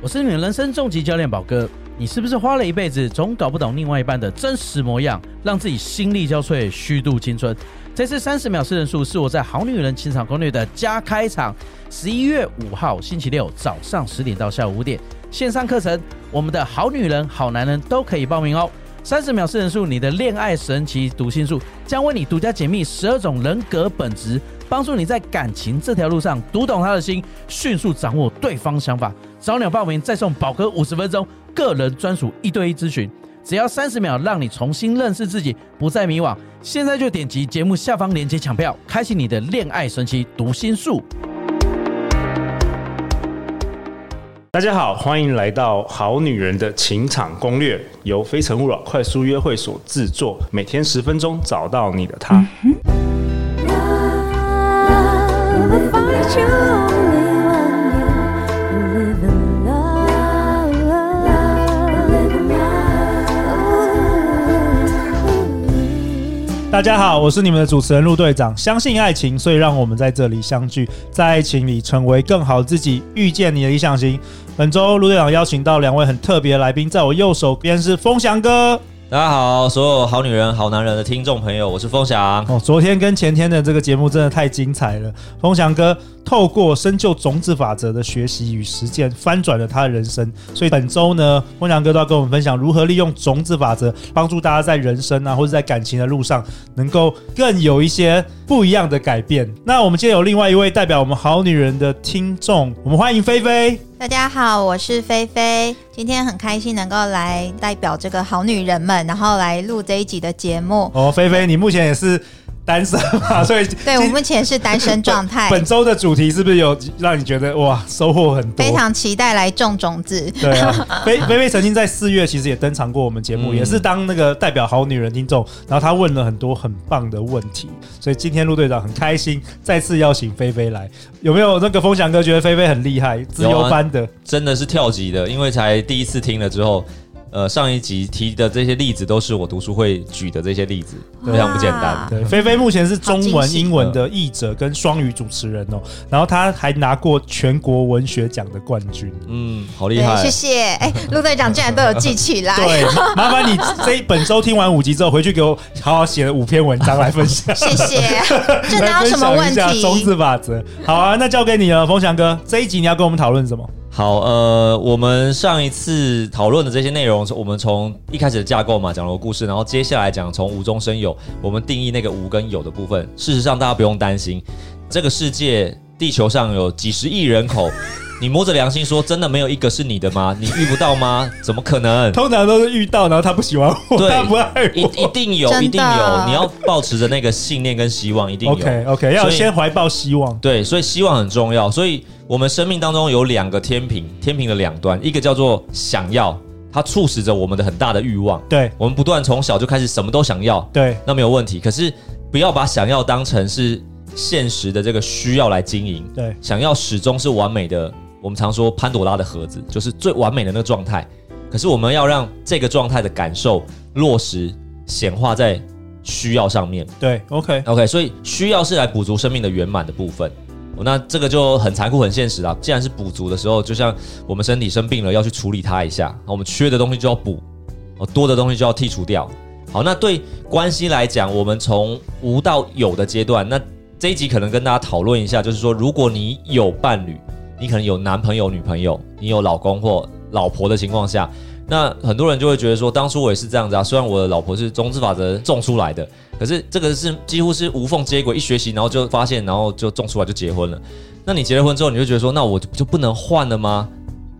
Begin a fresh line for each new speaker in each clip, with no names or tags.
我是你们人生重疾教练宝哥。你是不是花了一辈子，总搞不懂另外一半的真实模样，让自己心力交瘁，虚度青春？这次三十秒四人数是我在《好女人情场攻略》的加开场，十一月五号星期六早上十点到下午五点，线上课程，我们的好女人、好男人都可以报名哦。三十秒四人术，你的恋爱神奇读心术将为你独家解密十二种人格本质，帮助你在感情这条路上读懂他的心，迅速掌握对方想法。早鸟报名再送宝哥五十分钟个人专属一对一咨询，只要三十秒，让你重新认识自己，不再迷惘。现在就点击节目下方链接抢票，开启你的恋爱神奇读心术。
大家好，欢迎来到《好女人的情场攻略》，由非诚勿扰快速约会所制作，每天十分钟，找到你的他。
Love, that you only one you live in love, live in love.
大家好，我是你们的主持人陆队长。相信爱情，所以让我们在这里相聚，在爱情里成为更好自己，遇见你的理想型。本周陆队长邀请到两位很特别的来宾，在我右手边是风翔哥。
大家好，所有好女人、好男人的听众朋友，我是风翔。
哦，昨天跟前天的这个节目真的太精彩了。风翔哥透过深究种子法则的学习与实践，翻转了他的人生。所以本周呢，风翔哥都要跟我们分享如何利用种子法则，帮助大家在人生啊，或者在感情的路上，能够更有一些不一样的改变。那我们今天有另外一位代表我们好女人的听众，我们欢迎菲菲。
大家好，我是菲菲，今天很开心能够来代表这个好女人们，然后来录这一集的节目。
哦，菲菲，你目前也是单身嘛？所以
对我目前是单身状态，
本周的主题是不是有 让你觉得哇，收获很多？
非常期待来种种子。
对啊，菲菲菲曾经在四月其实也登场过我们节目，
嗯
也是当那个代表好女人听众，然后她问了很多很棒的问题，所以今天陆队长很开心再次邀请菲菲来，有没有那个风翔哥觉得菲菲很厉害，资优班的？
真的是跳级的，因为才第一次听了之后，呃，上一集提的这些例子都是我读书会举的这些例子，
对
非常不简单。
对，菲菲目前是中
好惊
文、
喜
英文的译者跟双语主持人哦，然后她还拿过全国文学奖的冠军。
嗯，好厉
对，
害
谢。谢。哎、陆队长竟然都有记起来，
对，麻麻烦你这一本周听完五集之后，回去给我好好写了五篇文章来分享。
谢 谢。这哪有什么问
来分享一下种
题？
子法则，好啊，那交给你了，风翔哥。这一集你要跟我们讨论什么？
好，呃，我们上一次讨论的这些内容，我们从一开始的架构嘛，讲了个故事，然后接下来讲从无中生有，我们定义那个无跟有的部分。事实上，大家不用担心，这个世界地球上有几十亿人 口，你摸着良心说，真的没有一个是你的吗？你遇不到吗？怎么可能？
通常都是遇到，然后他不喜欢我，
对
他不爱
一
我。
一定有，
真的
一定有，你要保持着那个信念跟希望，一定有。
OK OK，要
所以
先怀抱希望。
对，所以希望很重要。所以我们生命当中有两个天平，天平的两端，一个叫做想要，它促使着我们的很大的欲望，
对
我们不断从小就开始什么都想要，
对
那没有问题。可是不要把想要当成是现实的这个需要来经营，
对
想要始终是完美的。我们常说潘朵拉的盒子就是最完美的那个状态，可是我们要让这个状态的感受落实显化在需要上面。
对，OK，
OK，所以需要是来补足生命的圆满的部分。哦那这个就很残酷、很现实啦。既然是补足的时候，就像我们身体生病了，要去处理它一下，哦我们缺的东西就要补，哦，多的东西就要剔除掉。好，那对关系来讲，我们从无到有的阶段，那这一集可能跟大家讨论一下，就是说，如果你有伴侣，你可能有男朋友、女朋友，你有老公或老婆的情况下，那很多人就会觉得说，当初我也是这样子啊，虽然我的老婆是中资法则种出来的，可是这个是几乎是无缝接轨，一学习然后就发现，然后就种出来就结婚了。那你结了婚之后，你就觉得说，那我就不能换了吗？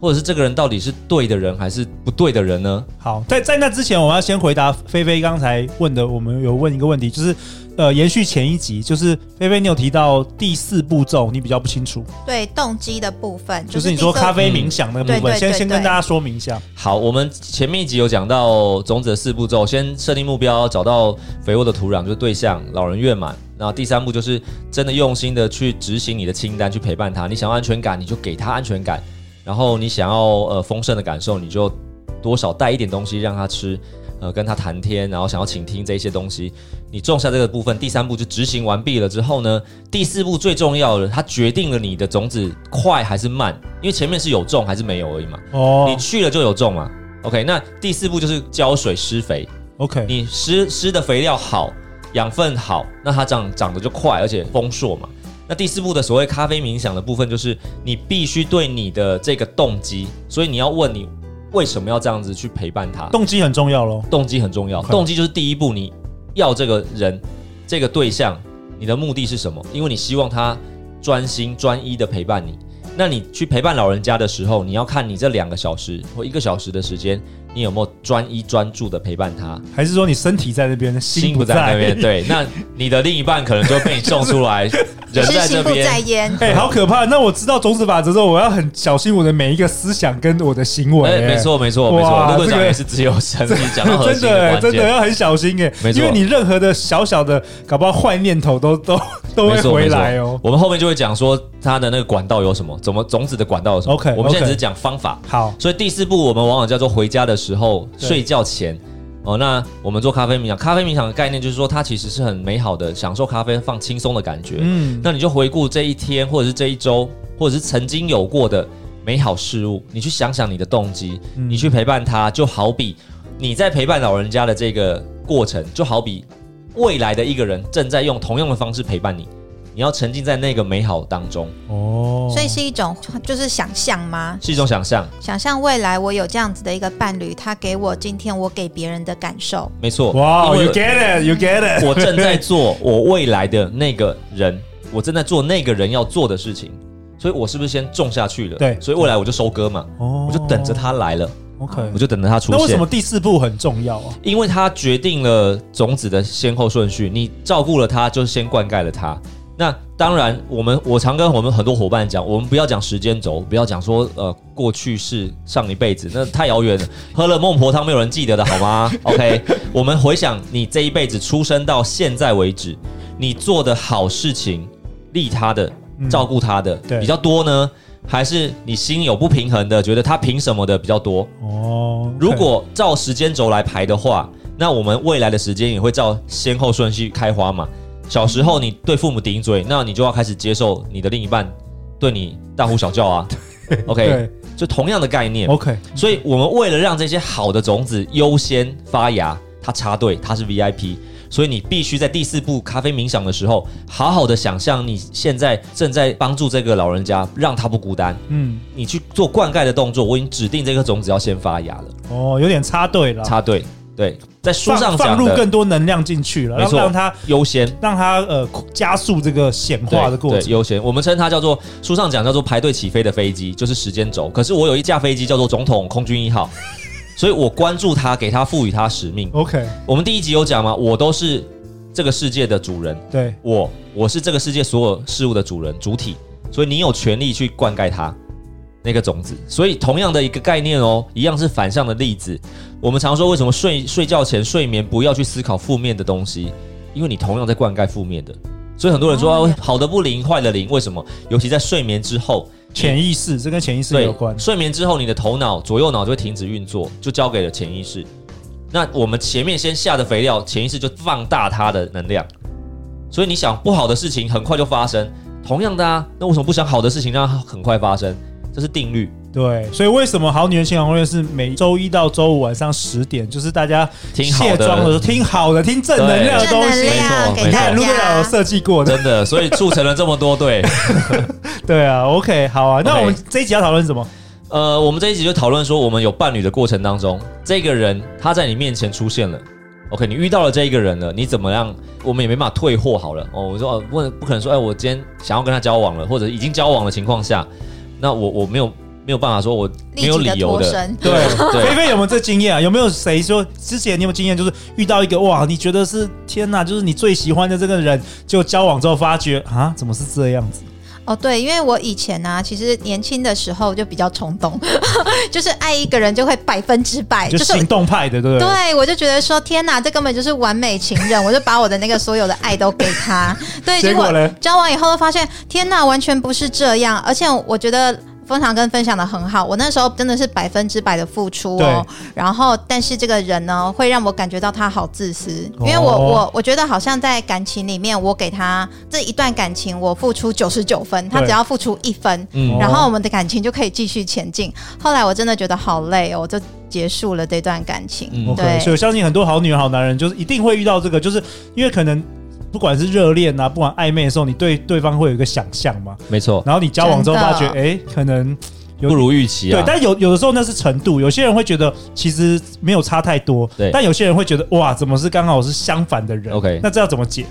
或者是这个人到底是对的人还是不对的人呢？
好，在在那之前，我要先回答菲菲刚才问的，我们有问一个问题，就是呃，延续前一集，就是菲菲你有提到第四步骤，你比较不清楚，
对，动机的部分，
就是你说
第四
咖啡冥想那个部
嗯对
分，
对
先
对
先
对
跟大家说明一下。
好，我们前面一集有讲到种子的四步骤，先设定目标，找到肥沃的土壤，就是对象，老人越满。然后第三步就是真的用心的去执行你的清单，去陪伴他。你想要安全感，你就给他安全感；然后你想要呃丰盛的感受，你就多少带一点东西让他吃。呃跟他谈天，然后想要倾听这一些东西。你种下这个部分，第三步就执行完毕了之后呢，第四步最重要的，它决定了你的种子快还是慢，因为前面是有种还是没有而已嘛。你
哦
去了就有种嘛。OK，那第四步就是浇水施肥，
，OK，
你施施的肥料好，养分好，那它长长得就快，而且丰硕嘛。那第四步的所谓咖啡冥想的部分，就是你必须对你的这个动机，所以你要问你为什么要这样子去陪伴他，
动机很重要喽。
动机很重要，
快
动机就是第一步，你要这个人，这个对象，你的目的是什么？因为你希望他专心专一的陪伴你。那你去陪伴老人家的时候，你要看你这两个小时或一个小时的时间，你有没有专一专注的陪伴他，
还是说你身体在那边，
心
不
不在那边。？对，那你的另一半可能就被你送出来，人
是
在
心
这
不在
边。
焉。
哎、好可怕！那我知道种子法则之后，我要很小心我的每一个思想跟我的行为、
哎，没 错，没错，没错
哇。
陆队
这
长
个
也是只有神力讲到核
真
心的
的
关
真的
键。
要很小心哎、
没错
因为你任何的小小的，搞不好坏念头都 都都
没
会
错，
回
没错
来哦。
我们后面就会讲说它的那个管道有什么，怎么种子的管道有什么。
OK，
我们现
OK
在只是讲方法。
好，
所以第四步我们往往叫做回家的时候
对
睡觉前。哦，那我们做咖啡冥想，咖啡冥想的概念就是说，它其实是很美好的，享受咖啡放轻松的感觉。
嗯，
那你就回顾这一天，或者是这一周，或者是曾经有过的美好事物，你去想想你的动机，
嗯
你去陪伴他，就好比你在陪伴老人家的这个过程，就好比未来的一个人正在用同样的方式陪伴你，你要沉浸在那个美好当中，
哦
所以是一种就是想象吗？
是一种想象，
想象未来我有这样子的一个伴侣，他给我今天我给别人的感受。
没错。
哇、
因
y
为
o u get it，you get it，
我正在做我未来的那个人，我正在做那个人要做的事情，所以我是不是先种下去了？
对
所以未来我就收割嘛，
哦
我就等着。他来了，
OK，
我就等着他出
那为什
现
么。第四步很重要啊？
因为它决定了种子的先后顺序，你照顾了它，就先灌溉了它。那当然，我们我常跟我们很多伙伴讲，我们不要讲时间轴，不要讲说呃过去是上一辈子，那太遥远了。喝了孟婆汤没有人记得的好 吗？OK，我们回想你这一辈子出生到现在为止，你做的好事情，利他的、
嗯
照顾他的、
对
比较多呢，还是你心有不平衡的，觉得他凭什么的比较多？
哦，
如果照时间轴来排的话，那我们未来的时间也会照先后顺序开花嘛。小时候你对父母顶嘴，那你就要开始接受你的另一半对你大呼小叫啊。OK，
对
就同样的概念。
OK，
所以我们为了让这些好的种子优先发芽，它插队，它是 VIP，所以你必须在第四步咖啡冥想的时候，好好的想象你现在正在帮助这个老人家，让他不孤单。
嗯，
你去做灌溉的动作，我已经指定这个种子要先发芽了。
哦，有点插队了，
插队，对，在书
放
上
放
讲
入
的
更多能量进去了，
没
让
错
让它
优先
让它呃加速这个显化的
对
过
对
程。
优先，我们称它叫做书上讲叫做排队起飞的飞机，就是时间轴。可是我有一架飞机叫做总统空军一号， 所以我关注它，给它赋予它使命。
OK，
我们第一集有讲嘛，我都是这个世界的主人，
对，
我我是这个世界所有事物的主人主体，所以你有权利去灌溉它那个种子。所以同样的一个概念哦，一样是反向的例子。我们常说为什么睡睡觉前睡眠不要去思考负面的东西，因为你同样在灌溉负面的。所以很多人说、
哦
啊好的不灵，坏的灵，为什么？尤其在睡眠之后，
潜意识，这跟潜意识
对，
有关。
睡眠之后，你的头脑左右脑就会停止运作，就交给了潜意识。那我们前面先下的肥料，潜意识就放大它的能量。所以你想不好的事情很快就发生，同样的啊，那为什么不想好的事情让它很快发生？这是定律。
对，所以为什么好女人情感攻略是每周一到周五晚上十点，就是大家
听好
卸
的
妆的时候听好的，听正能量的
正
东
能
西。
量
没错
给
你
大
看，陆队长有
家。
设计过的，
真的，所以促成了这么多对。
对啊，OK，好啊。那
OK
我们这一集要讨论什么？
呃，我们这一集就讨论说，我们有伴侣的过程当中，这个人他在你面前出现了。OK，你遇到了这一个人了，你怎么样？我们也没办法退货好了。哦，我说哦，不能不可能说，哎，我今天想要跟他交往了，或者已经交往的情况下，那我我没有没有办法说我没有理由
立即地脱
的
身，
对
菲
对
菲有没有这经验啊？有没有谁说之前你有没有经验，就是遇到一个哇，你觉得是天哪，就是你最喜欢的这个人，就交往之后发觉啊，怎么是这样子？
哦，对，因为我以前呢、啊，其实年轻的时候就比较冲动， 就是爱一个人就会百分之百，
就
哎就是
行动派的，对不对？
对，我就觉得说，天哪，这根本就是完美情人， 我就把我的那个所有的爱都给 他。对，
结
结
果
果
嘞
交往以后发现，天哪，完全不是这样。而且我觉得分享跟分享的很好，我那时候真的是百分之百的付出哦。然后，但是这个人呢，会让我感觉到他好自私，因为我、
哦
我我觉得好像在感情里面，我给他这一段感情我付出九十九分，他
对
只要付出一 分，
嗯
然后我们的感情就可以继续前进。后来我真的觉得好累哦，我就结束了这段感情。
嗯
OK，
对
所以我相信很多好女人、好男人，就是一定会遇到这个，就是因为可能不管是热恋啊，不管暧昧的时候，你对对方会有一个想象嘛，
没错，
然后你交往之后
真的
发觉，哎、可能有
不如预期啊
对，。但有有的时候那是程度，有些人会觉得其实没有差太多，
对
但有些人会觉得哇，怎么是刚好是相反的人
OK
那这要怎么解？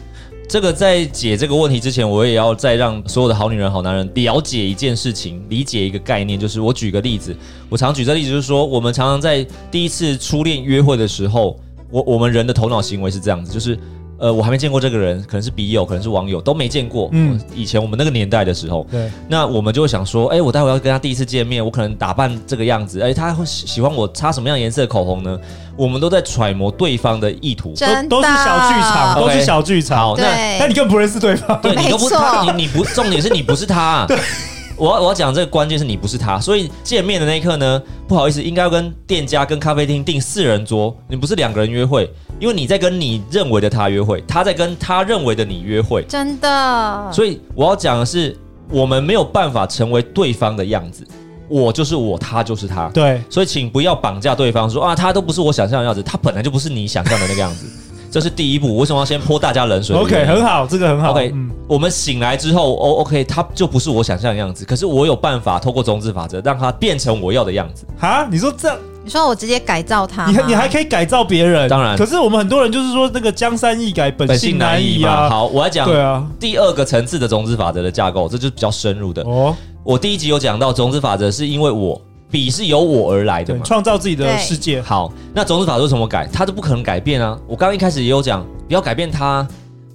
这个在解这个问题之前，我也要再让所有的好女人、好男人了解一件事情，理解一个概念，就是我举个例子，我常举这例子就是说，我们常常在第一次初恋约会的时候，我我们人的头脑行为是这样子，就是呃，我还没见过这个人，可能是笔友，可能是网友，都没见过。
嗯
嗯，以前我们那个年代的时候，
对，
那我们就会想说，哎、我待会要跟他第一次见面，我可能打扮这个样子，哎、他会喜喜欢我擦什么样颜色的口红呢？我们都在揣摩对方的意图。
真的
都都是小剧场，
OK
都是小剧场
好，那
对，
但你根本不认识对方。
对你都不
没错
他，你你不重点是你不是他、 我要我要讲这个关键是你不是他，所以见面的那一刻呢，不好意思，应该要跟店家跟咖啡厅订四人桌，你不是两个人约会，因为你在跟你认为的他约会，他在跟他认为的你约会，
真
嗯
的，
所以我要讲的是，我们没有办法成为对方的样子，我就是我，他就是他。
对，
所以请不要绑架对方说啊，他都不是我想象的样子，他本来就不是你想象的那个样子，这是第一步。为什么要先泼大家冷水
OK，很好，这个很好。嗯
OK，、我们醒来之后，哦，OK，他就不是我想象的样子，可是我有办法透过种子法则让他变成我要的样子。
哈，你说这样，
你说我直接改造他吗，
你还你还可以改造别人，
当然
可是我们很多人就是说，那个江山易改，本性难移
嘛。
啊。
好，我来讲
对啊，
第二个层次的种子法则的架构，这就是比较深入的。
哦，
我第一集有讲到种子法则，是因为我笔是由我而来的
对，
嘛。
创造自己的世界。
好，那种子法则怎么改？它都不可能改变啊！我刚刚一开始也有讲，不要改变它，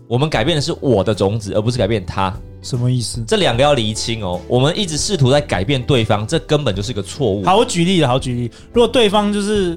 我们改变的是我的种子，而不是改变它。
什么意思？
这两个要厘清哦。我们一直试图在改变对方，这根本就是个错误。
好，我举例了，好举例。如果对方就是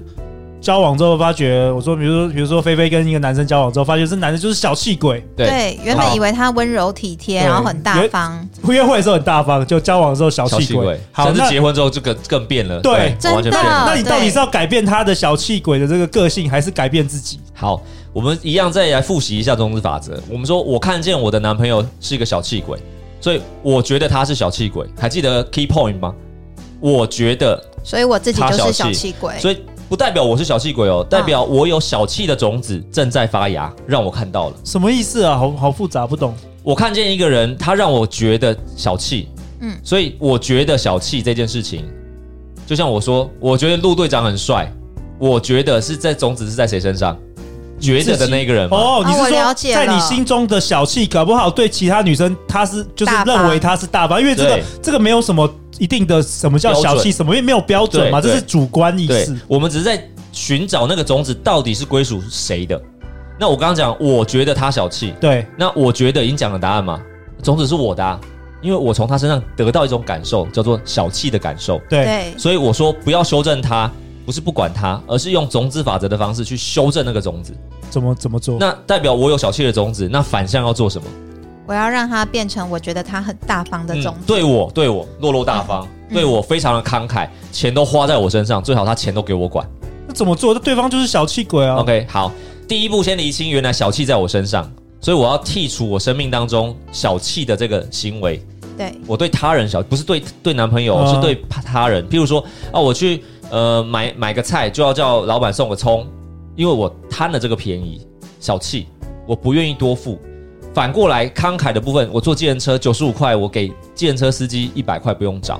交往之后发觉，我说，比如说，比如说，菲菲跟一个男生交往之后，发觉这男生就是小气鬼，
对
对，原本
好
以为他温柔体贴，
对
然后很大方，
约会的时候很大方，就交往的时候小
小
气
气
鬼
鬼。，
好，
甚
那
至结婚之后就更更变了，
对
完全
真的
变了。
那你到底
对
是要改变他的小气鬼的这个个性，还是改变自己？
好，我们一样再来复习一下中子法则。我们说，我看见我的男朋友是一个小气鬼，所以我觉得他是小气鬼。还记得 key point 吗？我觉得，
所以我自己就
他
是
小
小
气
气鬼。
所以不代表我是小气鬼哦，代
啊
表我有小气的种子正在发芽，让我看到了。
什么意思啊？好好复杂，不懂。
我看见一个人，他让我觉得小气，
嗯
嗯，所以我觉得小气这件事情，就像我说，我觉得陆队长很帅，我觉得是在种子是在谁身上？觉得的那个人嘛，
哦，你
啊我
是说
了解
在你
了
心中的小气，搞不好对其他女生她是就是
大方
认为她是大方，因为这个
对
这个没有什么一定的什么叫小
标
气，
准
什么因为没有标准嘛，
对
这
对
是主观意
对
识。，
我们只是在寻找那个种子到底是归属谁的。那我刚刚讲，我觉得他小气，
对，
那我觉得已经讲了答案嘛，种子是我的、啊，因为我从他身上得到一种感受，叫做小气的感受。
对，
对，
所以我说不要修正它，不是不管它，而是用种子法则的方式去修正那个种子。
怎么怎么做？
那代表我有小气的种子，那反向要做什么？
我要让他变成我觉得他很大方的种子。
嗯对我对我落落大方，
嗯
对我非常的慷慨，钱都花在我身上，最好他钱都给我管。
那怎么做？那对方就是小气鬼啊。
OK，好，第一步先厘清原来小气在我身上，所以我要剔除我生命当中小气的这个行为。
对，
我对他人小，不是对对男朋友，
嗯
是对他人。譬如说啊，我去呃买买个菜，就要叫老板送个葱，因为我贪了这个便宜，小气，我不愿意多付。反过来，慷慨的部分，我坐计程车九十五块，我给计程车司机一百块，不用找。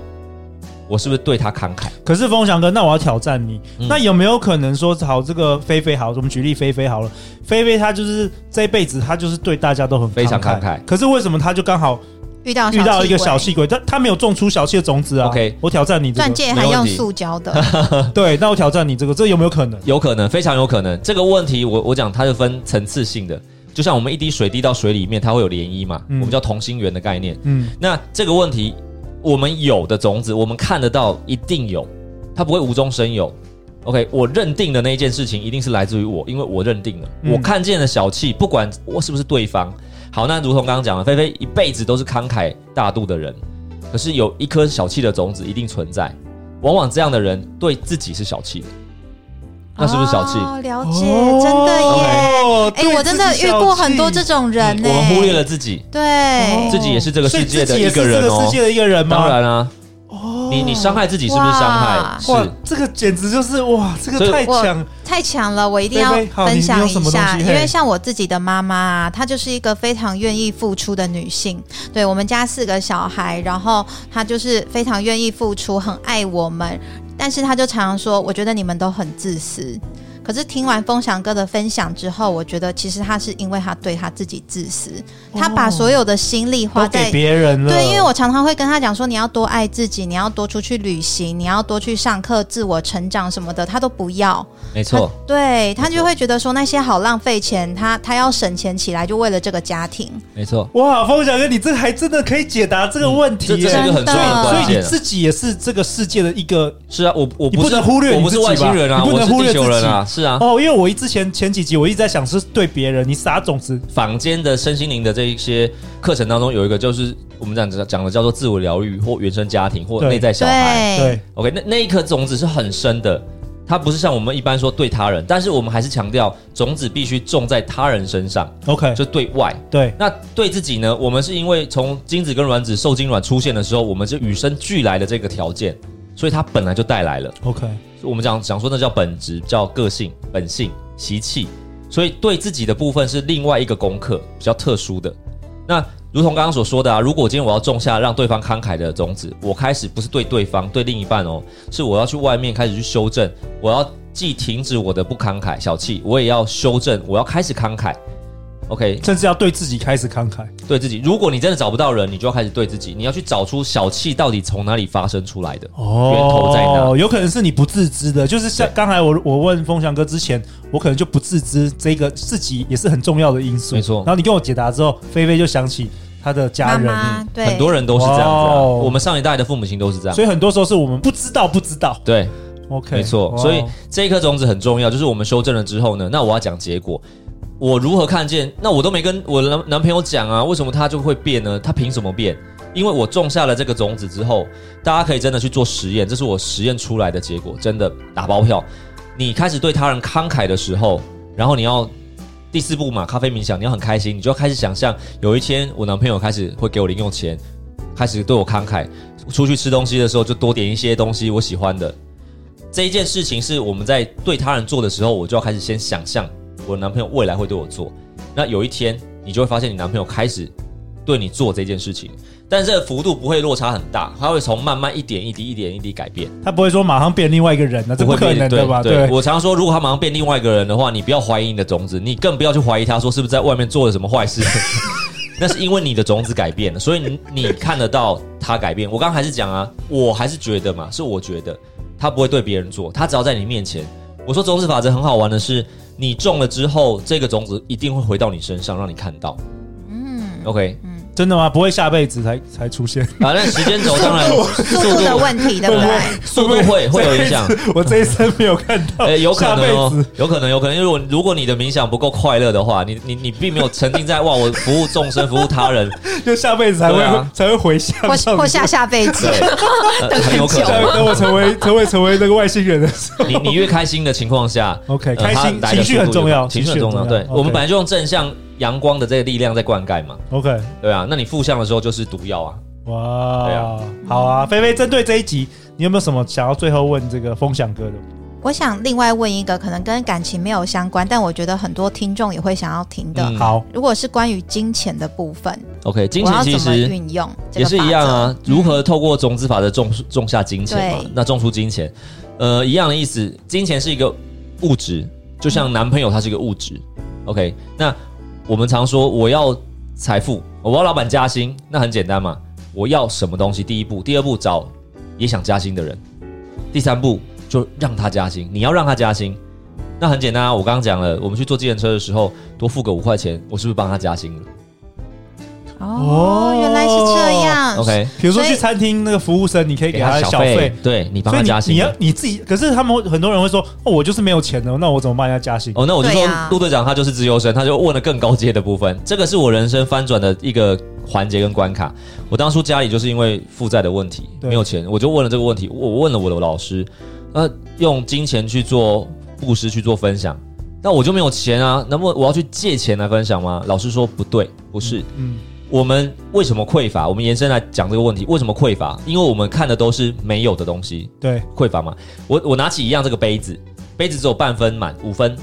我是不是对他慷慨？
可是风翔哥，那我要挑战你，
嗯
那有没有可能说，好，这个菲菲好，我们举例菲菲好了，菲菲她就是这辈子她就是对大家都很
非常慷慨
可是为什么她就刚好
遇到
遇到一个小
啊鬼
气鬼？她她没有种出小气的种子啊。
OK
我挑战你这
钻
个，
戒还用塑胶的，
对，那我挑战你这个，这有没有可能？
有可能，非常有可能。这个问题我，我讲它是分层次性的，就像我们一滴水滴到水里面，它会有涟漪嘛，
嗯
我们叫同心圆的概念。
嗯，
那这个问题，我们有的种子，我们看得到，一定有，它不会无中生有。OK，我认定的那一件事情，一定是来自于我，因为我认定了，
嗯
我看见了小气，不管我是不是对方。好，那如同刚刚讲的，菲菲一辈子都是慷慨大度的人，可是有一颗小气的种子一定存在。往往这样的人对自己是小气的，那是不是小气？
哦，了解，真的耶。
哦
哎，我真的遇过很多这，种人呢。
我们忽略了自己，
哦
对，
自己也是这
对
个
自
世
己
界
小气
的
嗯
一个
所以自己也是
人
这个
哦
世。界的一个人吗？
当然啊，你你伤害自己是不是伤害
哇？
是
哇，这个简直就是哇，这
所
个
以
太
我
强，
太强了，我一定要
菲菲好
分享
你你有什
一
么东
下，
西
因
嘿
为像我自己的妈妈啊，她就是一个非常愿意付出的女性。对我们家四个小孩，然后她就是非常愿意付出，很爱我们，但是她就常常说，我觉得你们都很自私。可是听完风翔哥的分享之后，我觉得其实她是因为她对她自己自私，她把所有的心力花
哦都
在
给别人了。
对，因为我常常会跟他讲说，你要多爱自己，你要多出去旅行，你要多去上课、自我成长什么的，他都不要。
没错，
他对他就会觉得说那些好浪费钱，他他要省钱起来，就为了这个家庭。
没错。
哇，风小哥，你这还真的可以解答这个问题
嗯这这
耶。
是一个很重要的
真的
所以
关
你
键啊。
自己也是这个世界的一个
是啊，我我
你
不
不
是
能忽略
我
你
不
自
是
己吧
外星人啊，
你不
我
能
是
忽略
地球
自
人
己
啊，是啊。
哦，因为我一之前前几集我一直在想是对别人，你撒种子
坊间的身心灵的这一些课程当中，有一个就是我们讲讲的叫做自我疗愈或原生家庭或
对
内在小孩。
对，
OK，那那一颗种子是很深的，它不是像我们一般说对他人，但是我们还是强调种子必须种在他人身上，
，OK，
就对外。
对，
那对自己呢？我们是因为从精子跟卵子受精卵出现的时候，我们就与生俱来的这个条件，所以它本来就带来了。
OK，
我们讲讲说那叫本质，叫个性、本性、习气，所以对自己的部分是另外一个功课，比较特殊的。那如同刚刚所说的啊，如果今天我要种下让对方慷慨的种子，我开始不是对对方，对另一半哦，是我要去外面开始去修正，我要既停止我的不慷慨、小气，我也要修正，我要开始慷慨。OK，
甚至要对自己开始慷慨。
对自己，如果你真的找不到人，你就要开始对自己，你要去找出小气到底从哪里发生出来的，
哦
源头在哪？
有可能是你不自知的，就是像
对
刚才我我问风翔哥之前，我可能就不自知这个自己也是很重要的因素。
没错
然后你跟我解答之后，菲菲就想起她的家
妈
人，
妈
嗯
对
很多人都是这样子、
哇
啊，
哦
我们上一代的父母亲都是这样
所。以很多时候是我们不知道不知道。
对，
OK，
没错。
哇哦
所以这一颗种子很重要，就是我们修正了之后呢，那我要讲结果，我如何看见？那我都没跟我男男朋友讲啊，为什么他就会变呢？他凭什么变？因为我种下了这个种子之后，大家可以真的去做实验，这是我实验出来的结果，真的打包票。你开始对他人慷慨的时候，然后你要第四步嘛，咖啡冥想，你要很开心，你就要开始想象有一天我男朋友开始会给我零用钱，开始对我慷慨，出去吃东西的时候就多点一些东西我喜欢的。这一件事情是我们在对他人做的时候，我就要开始先想象我男朋友未来会对我做。那有一天，你就会发现你男朋友开始对你做这件事情，但是这个幅度不会落差很大，他会从慢慢一点一滴、一点一滴改变。
他不会说马上变另外一个人啊呢，这
啊不会
可能
变
的吧？
对，我常说，如果他马上变另外一个人的话，你不要怀疑你的种子，你更不要去怀疑他说是不是在外面做了什么坏事。那是因为你的种子改变了，所以你你看得到他改变。我刚刚还是讲啊，我还是觉得嘛，是我觉得他不会对别人做，他只要在你面前。我说种子法则很好玩的是，你种了之后，这个种子一定会回到你身上，让你看到。
嗯，
OK，
真的吗？不会下辈子才才出现？
反正时间轴当然
速度的问题，对不对？
速度 会会有影响。
我这一生没有看到，
哎、有可能
下辈
哦
子，
有可能，有可能。因为我如果你的冥想不够快乐的话，你你你并没有沉浸在哇，我服务众生，服务 他人，
就下辈子才会、
对啊
才会回向
或
上帝，
或下下辈子，
呃很有可
下辈
能。
等 我成为成为成为那个外星人的时候
你你越开心的情况下
OK，
呃
开心
它来的
情绪很
速度
重
越
要
情
情
绪很
绪很
重要。
重要
对，
OK
我们本来就用正向阳光的这个力量在灌溉嘛，
，OK，
对啊。那你负向的时候就是毒药啊。
哇，
对啊
好啊，菲菲，针对这一集，你有没有什么想要最后问这个风翔哥的？
我想另外问一个，可能跟感情没有相关，但我觉得很多听众也会想要听的。
嗯
好，
如果是关于金钱的部分，
OK，金
我要
钱其
怎么
实
运用？这
也
个
是
法
一样啊
则，嗯
如何透过种子法则种种下金钱嘛
对？
那种出金钱，呃，一样的意思，金钱是一个物质，就像男朋友他是一个物质。OK，那我们常说我要财富，我要老板加薪，那很简单嘛，我要什么东西？第一步，第二步找也想加薪的人，第三步就让他加薪，你要让他加薪。那很简单啊，我刚刚讲了，我们去坐计程车的时候多付个五块钱，我是不是帮他加薪了？
哦，
哦
原来是这样。
OK，
比如说
所以
去餐厅那个服务生，你可以给他小
小
费。
对你帮
所以
他
你
加薪
你
的。
要你自己，可是他们会很多人会说，哦，我就是没有钱的，那我怎么帮人家加薪？
哦，那我就
对
说
呀
陆队长他就是资优生，他就问了更高阶的部分。这个是我人生翻转的一个环节跟关卡。我当初家里就是因为负债的问题，
对
没有钱，我就问了这个问题。我我问了我的老师，呃，用金钱去做布施去做分享，那我就没有钱啊，那么我要去借钱来分享吗？老师说不对，不是。
嗯，
我们为什么匮乏？我们延伸来讲这个问题，为什么匮乏？因为我们看的都是没有的东西，
对，
匮乏嘛。我我拿起一样这个杯子，杯子只有半分满，五分。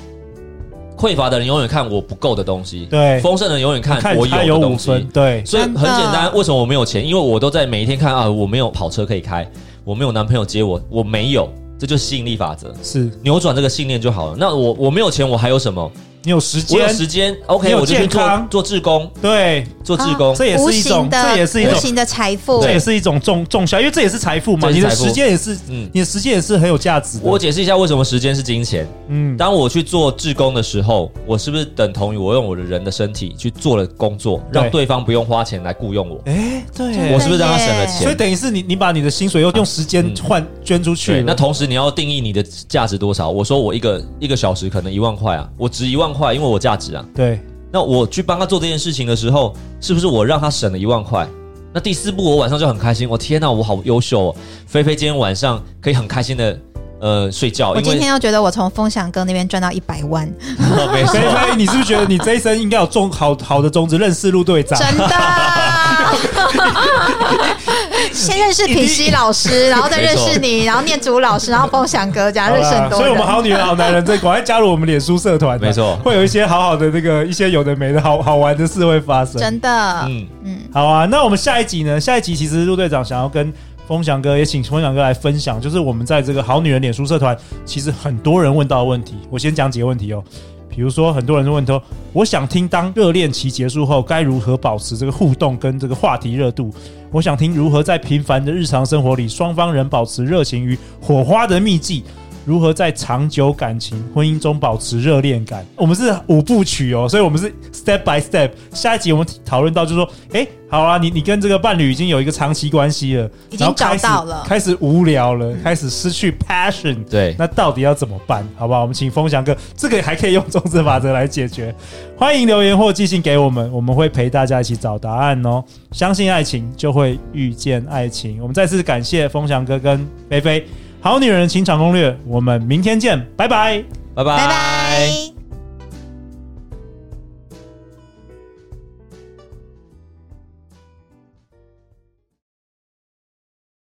匮乏的人永远看我不够的东西，
对
丰盛的人永远看
看
我
他
有
有
的
五
东西。
分，对，
所以很
真的
简单，为什么我没有钱？因为我都在每一天看啊，我没有跑车可以开，我没有男朋友接我，我没有，这就是吸引力法则，
是
扭转这个信念就好了。那我我没有钱，我还有什么？
你有时间
我有，时间
你
，OK，
有
我就去
健
做
康
做志工，
对，
做志工。
这也
无
是一
形
种，
的，
这也是一种
无，形的财富。
这也是一种重重销，因为这也是财富嘛，
这
你
是
的
财富
时间也是，
嗯
你的时间也是很有价值的。
我解释一下为什么时间是金钱。
嗯，
当我去做志工的时候，我是不是等同于我用我的人的身体去做了工作，
对
让对方不用花钱来雇佣我？
哎，
真
对
我
的，
是不是让他省了
所以
钱？
等于是你你把你的薪水又用时间换捐出去
对，
了，
那同时你要定义你的价值多少？我说我一个一个小时可能一万块啊，我值一万块，因为我价值啊。
对
那我去帮他做这件事情的时候，是不是我让他省了一万块？那第四步，我晚上就很开心。我天哪、我好优秀哦！菲菲今天晚上可以很开心的呃睡觉，
我
因
哦今天
为
又觉得我从风翔哥那边赚到一百万，
没
所以所 以你是不是觉得你这一生应该有种好好的种子，认识陆队长？
真的。 先认识品熙老师，然后再认识你，然后念祖老师，然后风翔哥，这样
好
啊认识
啦
很多
所以我
人
们。好女人、好男人，这赶快加入我们脸书社团啊，
没错
会有一些好好的那个一些有的没的好好玩的事会发生。
真的，
嗯，
嗯，
好啊，那我们下一集呢？下一集其实陆队长想要跟风翔哥，也请风翔哥来分享，就是我们在这个好女人脸书社团，其实很多人问到的问题。我先讲几个问题哦，比如说很多人问说，我想听当热恋期结束后该如何保持这个互动跟这个话题热度。我想听如何在平凡的日常生活里，双方仍保持热情与火花的秘技。如何在长久感情、婚姻中保持热恋感？我们是五部曲哦，所以我们是 step by step。下一集我们讨论到，就是说，诶，好啊，你你跟这个伴侣已经有一个长期关系了，
已经
然后开始
找到了
开始无聊了，开始失去 passion，
对。
那到底要怎么办？好不好？我们请风翔哥，这个还可以用中子法则来解决。欢迎留言或寄信给我们，我们会陪大家一起找答案哦。相信爱情，就会遇见爱情。我们再次感谢风 翔哥跟菲菲，《好女人情场攻略》，我们明天见，拜拜。
拜拜
拜拜。